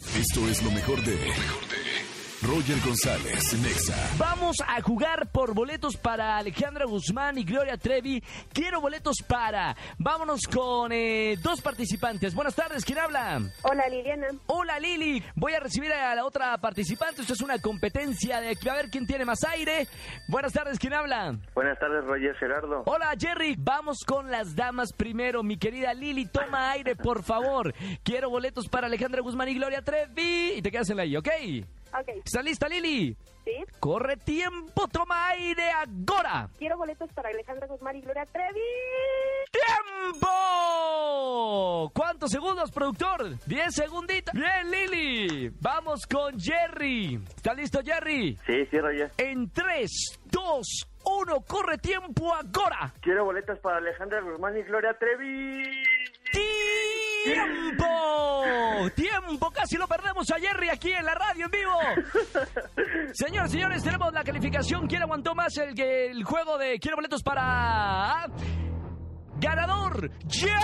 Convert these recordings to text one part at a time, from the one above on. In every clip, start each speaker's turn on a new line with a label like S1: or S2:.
S1: Esto es lo mejor de. Roger González, Nexa.
S2: Vamos a jugar por boletos para Alejandra Guzmán y Gloria Trevi. Quiero boletos para. Vámonos con eh, dos participantes. Buenas tardes, ¿quién habla?
S3: Hola Liliana.
S2: Hola Lili, voy a recibir a la otra participante. Esto es una competencia de a ver quién tiene más aire. Buenas tardes, ¿quién habla?
S4: Buenas tardes, Roger Gerardo.
S2: Hola Jerry, vamos con las damas primero. Mi querida Lili, toma aire, por favor. Quiero boletos para Alejandra Guzmán y Gloria Trevi. Y te quedas en la I, ¿ok?
S3: Ok,
S2: ¿Está lista Lili?
S3: sí.
S2: Corre tiempo, toma aire ahora.
S3: Quiero boletos para Alejandra Guzmán y Gloria Trevi.
S2: ¡Tiempo! ¿Cuántos segundos, productor? ¡Diez segunditos! ¡Bien, Lili! Vamos con Jerry. ¿Está listo, Jerry?
S4: Sí, sí, Roger.
S2: En tres, dos, uno, corre tiempo ahora.
S4: Quiero boletas para Alejandra Guzmán y Gloria Trevi.
S2: ¡Tiempo! ¡Tiempo! Casi lo perdemos a Jerry aquí en la radio en vivo. Señores, señores, tenemos la calificación. ¿Quién aguantó más el, el juego de Quiero boletos para. Ganador, Jerry!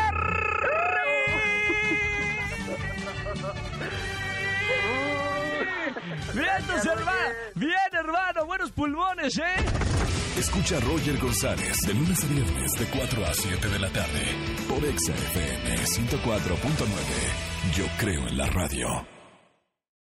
S2: Bien, tus herma- Bien, hermano. Buenos pulmones, ¿eh?
S1: Escucha a Roger González de lunes a viernes de 4 a 7 de la tarde por Exa FM 104.9. Yo creo en la radio.